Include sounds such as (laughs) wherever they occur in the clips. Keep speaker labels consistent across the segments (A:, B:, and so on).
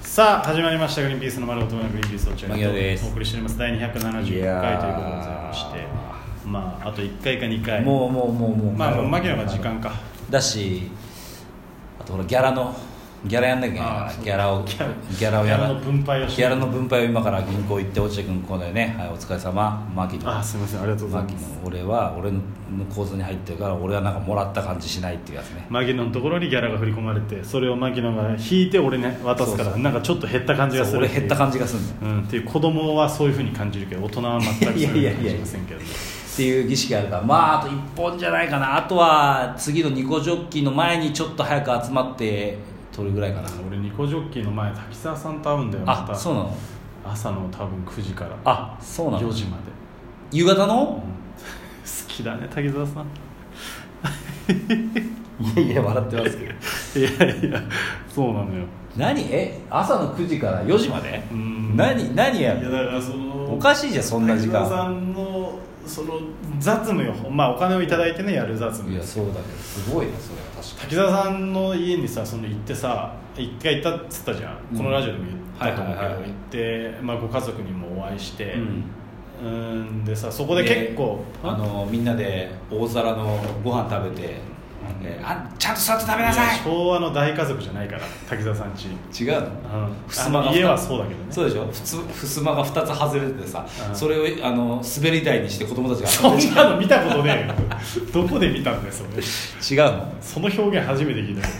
A: さあ始まりました「グリーンピースの丸ごとのグリーンピースをチェ
B: 牧野です
A: お送りしております第270回ということでございまして
B: いや
A: まああと1回か2回
B: もうもうもうもう
A: まあもう牧野が時間か
B: だしあとほらギャラのギャラやんなきゃいけない
A: あ
B: か
A: ーそ
B: ら
A: う
B: ギャラを
A: ギ
B: ギ
A: ャラ
B: ャラをやら
A: ギャラの分配をして
B: ギャラの分配を今から銀行行って落合君このよね、はい、お疲れ様マキ
A: あ
B: の
A: すいませんありがとうござい
B: マキ
A: ま
B: の
A: す
B: 俺は俺の口座に入ってるから俺はなんかもらった感じしないっていうやつね
A: 牧野のところにギャラが振り込まれてそれを牧野が引いて俺に渡すから
B: そうそう
A: なんかちょっと減った感じがす
B: そう
A: る
B: 俺減った
A: じ
B: 感じがするんだよ
A: うん、っていう子供はそういうふうに感じるけど大人は全くそういうふうに
B: いやいや
A: 感
B: いや
A: じ
B: いや
A: ませんけどね
B: っていう儀式があるからまああと1本じゃないかなあとは次のニコジョッキーの前にちょっと早く集まって取るぐらいかな
A: 俺ニコジョッキーの前滝沢さんと会うんだよま
B: あ
A: た
B: そうなの
A: 朝の多分9時から
B: あそうな
A: 4
B: の
A: 時まで
B: 夕方の
A: 好きだね滝沢さん
B: いやいや笑ってますけど
A: いやいやそうなのよ
B: 何え朝の9時から4時まで
A: うん
B: 何何や
A: いや
B: る
A: だからその
B: おかしいじゃんそんな時間
A: 滝沢さんのその雑務よまあお金をいただいてねやる雑
B: い
A: 務
B: やそうだけどすごいなそれは確か
A: 滝沢さんの家にさその行ってさ一回行ったっつったじゃん、
B: うん
A: このラジオでも言ったと思うけど、
B: はいはいはい
A: 行って、まあ、ご家族にもお会いして、
B: に、
A: うーんでさそこで結構
B: であのみんなで大皿のご飯食べて、えーあちゃんと座って食べなさい
A: いや昭和の大家族じゃないから滝沢さんち
B: 違うの
A: あ
B: 襖が
A: の家はそうだけどね
B: そうでしょふつ襖が2つ外れててさ、
A: うん
B: それをあの滑り台にして子供たちが
A: そんなの見たことねえよどこで見たんだよそれ
B: 違うの
A: その表現初めて聞いたけど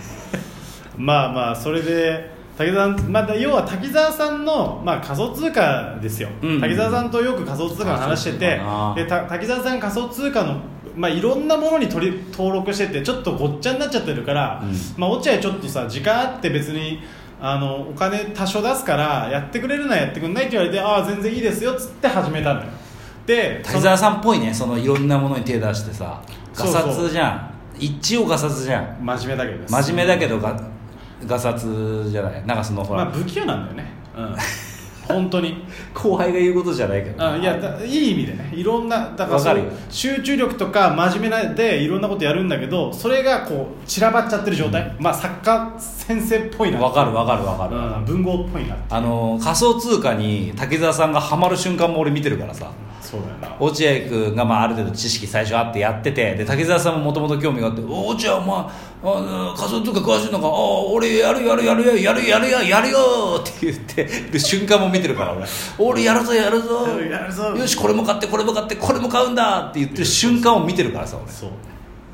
A: まあまあそれで滝沢さん、まあ、要は滝沢さんの、まあ、仮想通貨ですよ、
B: うん
A: 滝沢さんとよく仮想通貨の話してて
B: 仮想通貨な
A: でた滝沢さん仮想通貨の、まあ、いろんなものに取り登録しててちょっとごっちゃになっちゃってるから、
B: うん
A: まあ、落合ちょっとさ時間あって別にあのお金多少出すからやってくれるならやってくんないって言われてああ全然いいですよっつって始めたのよで
B: 滝沢さんっぽいねそのいろんなものに手出してさ
A: そ
B: ガ
A: うそう
B: サツじゃん一応ガサツじゃん
A: 真面目だけどです
B: 真面目だけどがガサツじゃないなんかそのほら、
A: まあ不器用なんだよね、うん、本当に
B: 後輩が言うことじゃないけど
A: あいやだいい意味でねいろんなだから
B: わか
A: そう
B: る
A: い
B: よ
A: う集中力とか真面目なでいろんなことやるんだけどそれがこう散らばっちゃってる状態、まあ作家先生っぽいな
B: わかるわかるわかる、
A: うん、文豪っぽいな
B: あの仮想通貨に滝沢さんがハマる瞬間も俺見てるからさ
A: そうだよな
B: 落合君がまあある程度知識最初あってやっててで滝沢さんももともと興味があって「お落合お前あの仮想通貨詳しいのかああ俺やるやるやるよやるやるよやるよ」って言ってる瞬間も見てるから俺「俺やるぞやるぞ
A: やるやるぞ
B: よしこれも買ってこれも買ってこれも買うんだ」って言ってる瞬間を見てるからさ俺
A: そう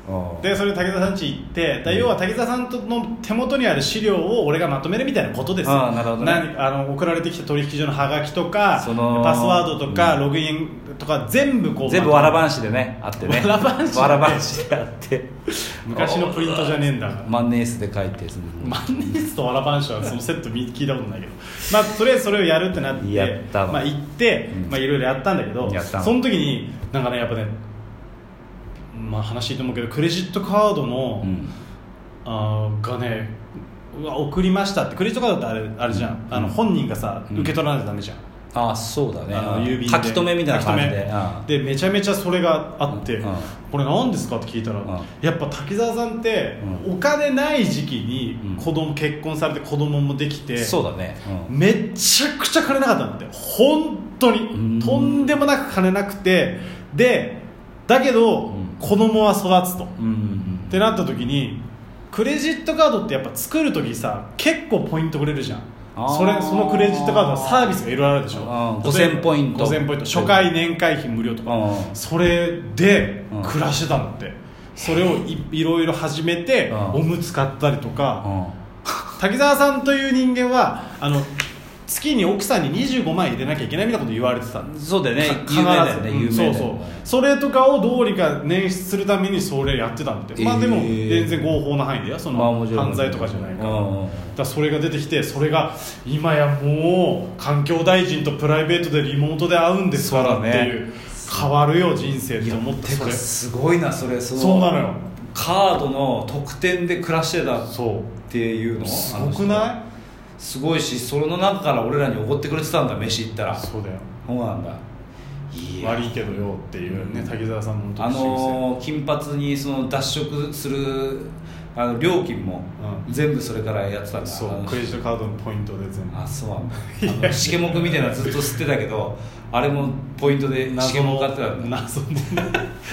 B: うん
A: でそれで滝沢さん家行ってだ要は滝沢さんとの手元にある資料を俺がまとめるみたいなことですよ
B: ああなるほどね
A: 何あの送られてきた取引所のハガキとか
B: その
A: パスワードとか、ログインとか全部こう
B: 全部
A: ま
B: わ
A: とめ
B: らばんしでねあってね
A: わらばんしで
B: わらばんしであって
A: (laughs) 昔のプリントじゃねえんだから
B: 万年筆で書いてその
A: 万年筆とわらばんしはそのセット見聞いたことないけど、まあ、とりあえずそれをやるってなって
B: やったの
A: まあ、行って、
B: うん
A: まあ、いろいろやったんだけど
B: やったの
A: その時になんかねやっぱねまあ話いいと思うけどクレジットカードの、
B: うん
A: あーがねうわ送りましたってクレジットカードってあれあれじゃん、あの本人がさ、
B: うん
A: 受け取らないとダメじゃん
B: ああそうだね
A: あの郵便で
B: 書き留めみたいな感じ
A: 書き留
B: で
A: め
B: あ
A: でめちゃめちゃそれがあって、
B: うんうん
A: これ何ですかって聞いたら、
B: うん
A: やっぱ滝沢さんって、
B: う
A: お金ない時期に
B: うん
A: 子供、結婚されて子供もできて
B: そうだね、うん
A: めっちゃくちゃ金なかったんだって本当
B: うん
A: にとんでもなく金なくてでだけど、
B: うん
A: 子供は育つと、
B: うんうん
A: ってなった時にクレジットカードってやっぱ作る時さ結構ポイントくれるじゃん
B: あー
A: それそのクレジットカードはサービスがいろいろあるでしょ
B: あー5000ポイント
A: 5000ポイント初回年会費無料とか
B: うん
A: それで
B: うん
A: 暮らしてたのってそれをいいろいろ始めて
B: うん
A: おむつ買ったりと
B: う
A: か
B: ん
A: 滝沢さんという人間はあの月に奥さんに25万円入れなきゃいけないみたいなこと言われてたん
B: そうだよね
A: か
B: 有名だよね
A: 必
B: 有
A: ず
B: 名だ
A: う
B: よ
A: ん
B: ね
A: そうそうそれとかをどうにか捻出するためにそれやってたんで、まあでも
B: えー
A: 全然合法な範囲でよそ
B: まあ
A: の
B: もちろん
A: 犯罪とかじゃないから,、
B: うんうんうん
A: だからそれが出てきてそれが今やもう環境大臣とプライベートでリモートで会うんですから
B: そう
A: っ
B: だ
A: て
B: ね
A: いう変わるよ人生
B: い
A: と
B: や
A: 思って
B: て
A: そ
B: か
A: れ
B: すごいなそれそ
A: そうなのよ
B: カードの特典で暮らしてたっ
A: そ
B: ていうの
A: うすごくない
B: いすごいしその中から俺らにおごってくれてたんだ飯行ったら
A: そうだよ
B: そうなんだいや
A: 悪いけどよっていうね滝沢さんの本当
B: あ
A: に不思議ですよ
B: のー金髪にその脱色するあの料金も
A: う
B: 全部それからやってたんだ
A: そうクレジットカードのポイントで全部
B: あそうなん
A: (laughs)
B: だあのしけもくみたいなのずっと吸ってたけどあれもポイントでしけもく買ってたんだ
A: 謎の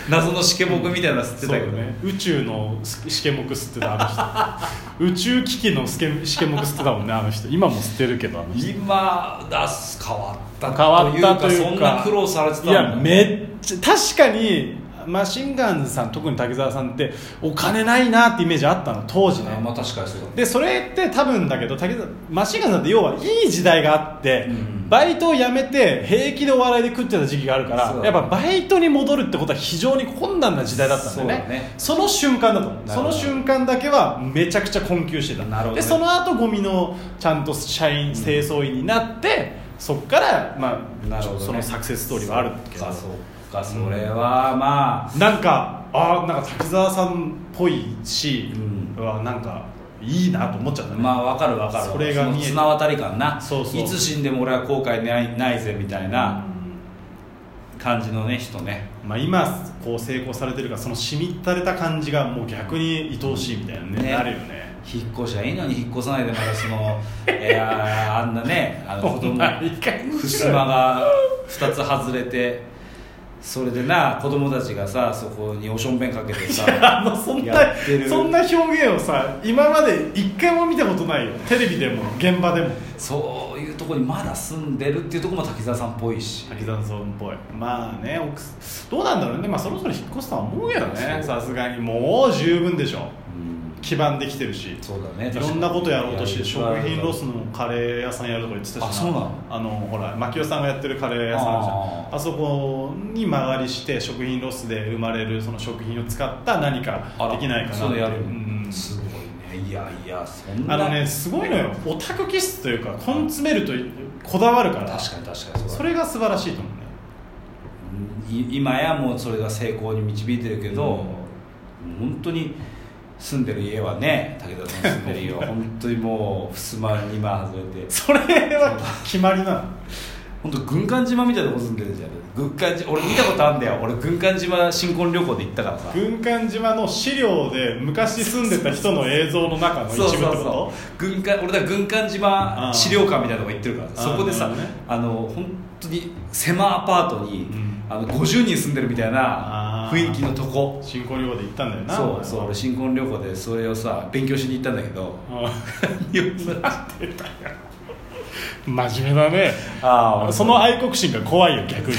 B: 謎のしけもくみたいなの吸って
A: そう
B: たけど、
A: ね宇宙のすシケモク吸ってたあの (laughs) 人宇宙機器のスケシケモク吸ってたもんねあの人今も吸ってるけどあの人
B: 今だす変わった
A: 変わったというか
B: そんな苦労されてた
A: い
B: んだ
A: やめっちゃ確かにマシンガンズさん特に滝沢さんってお金ないなってイメージあったの当時ね
B: あまあ確かにそうだ
A: でそれって多分だけど滝沢マシンガンズさんって要はいい時代があって、
B: うん
A: バイトを辞めて平気でお笑いで食ってた時期があるから、
B: そうだ
A: やっ
B: ね
A: ぱバイトに戻るってことは非常に困難な時代だったんだよね
B: そ
A: そ
B: うだね
A: の瞬間だと思う
B: なる
A: そ
B: ほ
A: の
B: ど
A: 瞬間だけはめちゃくちゃ困窮してた
B: なるほど
A: で
B: ね
A: その後ゴミのちゃんと社員清掃員になって、そっから、まあ
B: なるほどね
A: そのサクセスストーリーはあるけど
B: そうかそうかそれはまあ、
A: なんかあーなんか滝沢さんっぽいし、
B: う
A: はなんかいいなと思っちゃったね、
B: まあわかるわかる
A: それが見え
B: の
A: る
B: 綱渡り感な
A: そうそう
B: つ死んでも俺は後悔ないないぜみたいな感じのね人ね
A: まあ、今こう成功されてるからそのしみったれた感じがもう逆に愛おしいみたいなね
B: ね
A: なるよね
B: 引っ越しゃいいのに引っ越さないでまたそ
A: (laughs)
B: のいやーあんなねあの子
A: お
B: 供
A: 前いい加減にしろよ
B: ふすまが2つ外れてそれでな子供たちがさそこにおしょんべんかけてさ
A: (laughs) あのそんな
B: やってる
A: そんな表現をさ今まで一回も見たことないよテレビでも現場でも
B: そういうとこにまだ住んでるっていうところも滝沢さんっぽいし
A: 滝沢さんっぽいまあね奥すどうなんだろうね、まあ、そろそろ引っ越すとは思うけどね
B: そ
A: さすがにもう十分でしょ
B: うん
A: 基盤できてるし
B: そうだね
A: いろんなことやろうとして
B: 確
A: 食
B: かに
A: 品ロスのカレー屋さんやるとか言ってたし
B: あそうなの
A: あのほら牧雄さんがやってるカレー屋さんあるじゃんあ
B: あー
A: そこに間借りして食品ロスで生まれるその食品を使った何か
B: あら
A: できないかな
B: そ
A: って
B: れ
A: いう
B: やる、
A: うんうん
B: すごいねいやいやそんな
A: あのねすごいのよオタク気質というか根詰めるとこだわるか
B: 確からに確かにそうだ
A: それが素晴らしいと思うね
B: い今やもうそれが成功に導いてるけど、本当に住んでる家はね武田さん住んでる (laughs) 家は本当にもう襖2枚外れて
A: それは決まりなの
B: 本当軍艦島みたいなとこ住んでるじゃん軍艦島俺見たことあんだよ俺軍艦島新婚旅行で行ったからさ
A: 軍艦島の資料で昔住んでた人の映像の中の一部ってこと
B: 軍艦俺だから軍艦島資料館みたいなとこ行ってるから
A: あー
B: そこでさ
A: なるほどね
B: あの本当に狭アパートに、
A: うん
B: あの50人住んでるみたいな
A: あー
B: 雰囲気のとこ
A: 新婚旅行で行ったんだよな
B: そうそう俺新婚旅行でそれをさ勉強しに行ったんだけど
A: (laughs)
B: 日本の
A: うん真面目だね
B: あ (laughs) ー
A: その愛国心が怖いよ (laughs) 逆に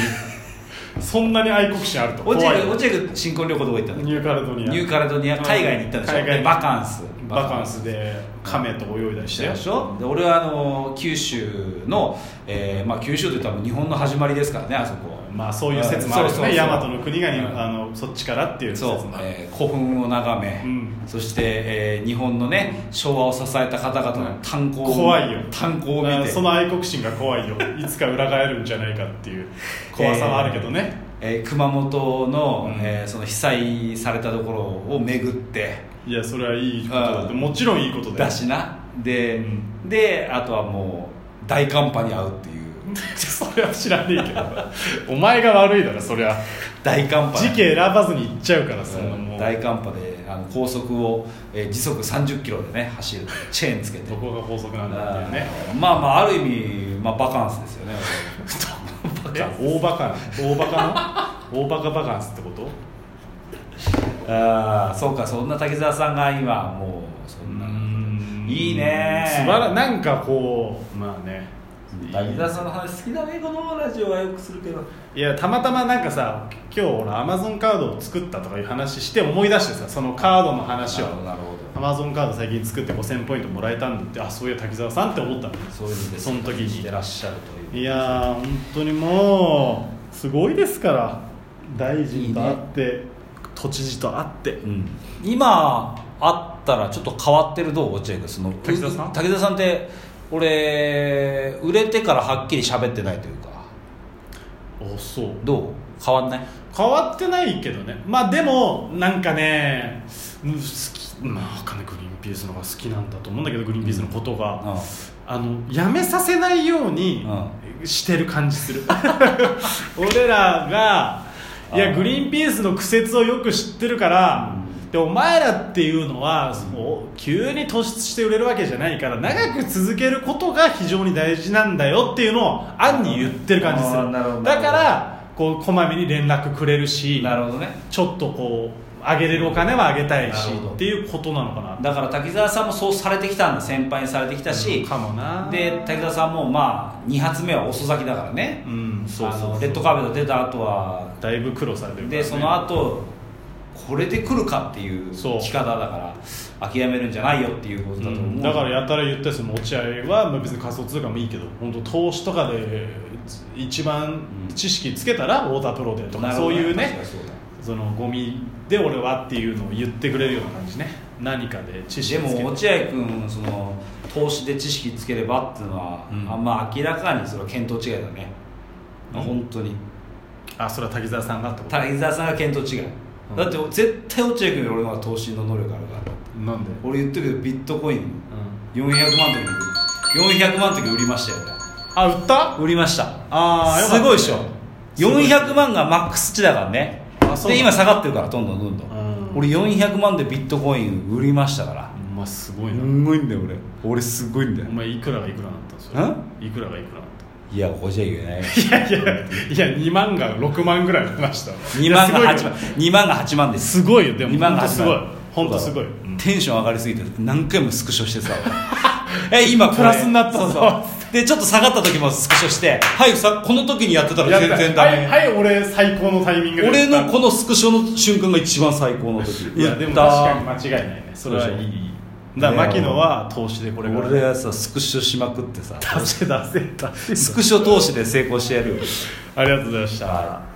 A: そんなに愛国心あると怖
B: 落
A: い
B: 合
A: よ
B: 君落合君新婚旅行どこ行ったの
A: ニューカレドニア
B: ニューカレドニア海外に行ったでしょ
A: 海外
B: でバカンス
A: バカンスで亀と泳いだりし
B: したた
A: よ
B: でしょで俺はあの九州の、えーまあ、九州といったらもう日本の始まりですからねあそこ
A: まあそういう説もあるよ
B: そうそう
A: ね
B: そう
A: 大和の国がに
B: うん
A: あのそっちからっていう説
B: そ
A: も
B: う、
A: ある
B: えー古墳を眺め、
A: うん
B: そして、えー日本のね昭和を支えた方々の炭鉱を
A: 怖いよ
B: 炭鉱を見
A: あ
B: て
A: その愛国心が怖いよいつか裏返るんじゃないかって
B: (laughs)
A: いう怖さはあるけどね、
B: えー熊本の,、
A: うん
B: えーその被災されたところを巡って
A: いやそれはいいことだって
B: うん
A: もちろんいいことだ
B: だ
A: よ
B: しなで、
A: うん
B: であとはもう大寒波に遭うっていう
A: (laughs) (laughs) それは知らねえけどお前が悪いだろそりゃ
B: 大寒波
A: 時期選ばずに行っちゃうからそんな
B: う
A: も
B: ん
A: う
B: 大寒波であの高速を、えー時速30キロでね走るチェーンつけて
A: どこが法則なんだっていうね
B: あーまあまあある意味、まあ、バカンスですよね
A: 大バカな大バカの (laughs) 大バカバカンスってこと
B: ああそうかそんな滝沢さんが今もうそんな、いいね
A: 素晴らなんかこうまあね
B: 滝沢さんの話好きだねこのラジオはよくするけど
A: いやたまたまなんかさ今日ほらアマゾンカードを作ったとかいう話して思い出してさそのカードの話を
B: なるほ
A: アマゾンカード最近作って5000ポイントもらえたんだってあそういや滝沢さんって思ったの
B: どそういうので
A: その時に
B: してらっしゃるという
A: いやー本当にもうすごいですから大臣と会って都知事と会って
B: うん今あったらちょっと変わってるどう落合君その
A: 滝沢さん
B: う滝沢さんって俺売れてからはっきり喋ってないというか
A: あそう
B: どう変わんない
A: 変わってないけどねまあでもなんかねうん好きまあわかんないグリーンピースのが好きなんだと思うんだけどグリーンピースのことが、
B: うん
A: あのやめさせないようにしてる感じする、 (laughs) 俺らがいや
B: あー
A: グリーンピースの苦節をよく知ってるから、
B: う
A: でお前らっていうのはそう急に突出して売れるわけじゃないから長く続けることが非常に大事なんだよっていうのを暗に言ってる感じす
B: あー
A: る
B: なるほど
A: だからこうこまめに連絡くれるし
B: なるほどね
A: ちょっとこう上げれるお金は上げたいし
B: なるほど
A: っていうことなのかな
B: だから滝沢さんもそうされてきたんだ先輩にされてきたし、
A: かもな
B: で滝沢さんもまあ2発目は遅咲きだからね、
A: うんそう
B: あ
A: そ
B: の
A: う
B: レッドカーペット出た後は
A: だいぶ苦労されてるから、ね、
B: でその後これで来るかっていう
A: そう
B: 聞き方だから諦めるんじゃないよっていうことだと思う、
A: だからやたら言ったりする落合はまあ別に仮想通貨もいいけど本当投資とかで一番知識つけたらウォータープロでとか、
B: なるほ
A: そ
B: ど
A: ういう
B: 確か
A: ね
B: にそうだ
A: そのゴミで俺はっていうのを言ってくれるような感じね何かで知識
B: で
A: つけて
B: も落合君その投資で知識つければっていうのは、
A: うん
B: あんま明らかにそれは見当違いだね、
A: うん
B: 本当に
A: あそれは滝沢さんがってこと
B: 滝沢さんが見当違い、
A: うん
B: だって絶対落合君より俺の方が投資の能力あるから
A: なんで、
B: 俺言っとくけどビットコイン
A: ん
B: 400万の時に400万の時売りましたよね
A: あ売った
B: 売りました
A: あーよかった
B: すごいでしょ
A: すごい
B: 400万がマックス値だからね
A: あそう
B: で今下がってるからどんどんどんどん、
A: うん
B: 俺400万でビットコイン売りましたから
A: お前すごいな、
B: ごいんだよ俺俺すごいんだ
A: お前いくらがいくらになったんですいくらがいくらになった
B: いやここじゃ言えな
A: (laughs)
B: い
A: いやいやいや2万が6万ぐらいありました
B: 2万が
A: い
B: 8
A: や
B: 万2万が8万です
A: すごいよでも
B: 2万が8万
A: 本当すごい本当すごい、うん
B: テンション上がりすぎて何回もスクショし
A: (laughs)
B: てさえ今これ
A: プラスになった
B: そうそうでちょっと下がった時もスクショしてはいさこの時にやってたら全然ダメ、
A: はい、はい、俺最高のタイミングで
B: 俺のこのスクショの瞬間が一番最高の時
A: いやでも
B: 売った
A: 確かに間違いないねそれはいいだから牧野は投資でこれが
B: 俺はさスクショしまくってさ
A: 出せ出せ出せ
B: スクショ投資で成功してやるよ
A: (laughs) ありがとうございました
B: あら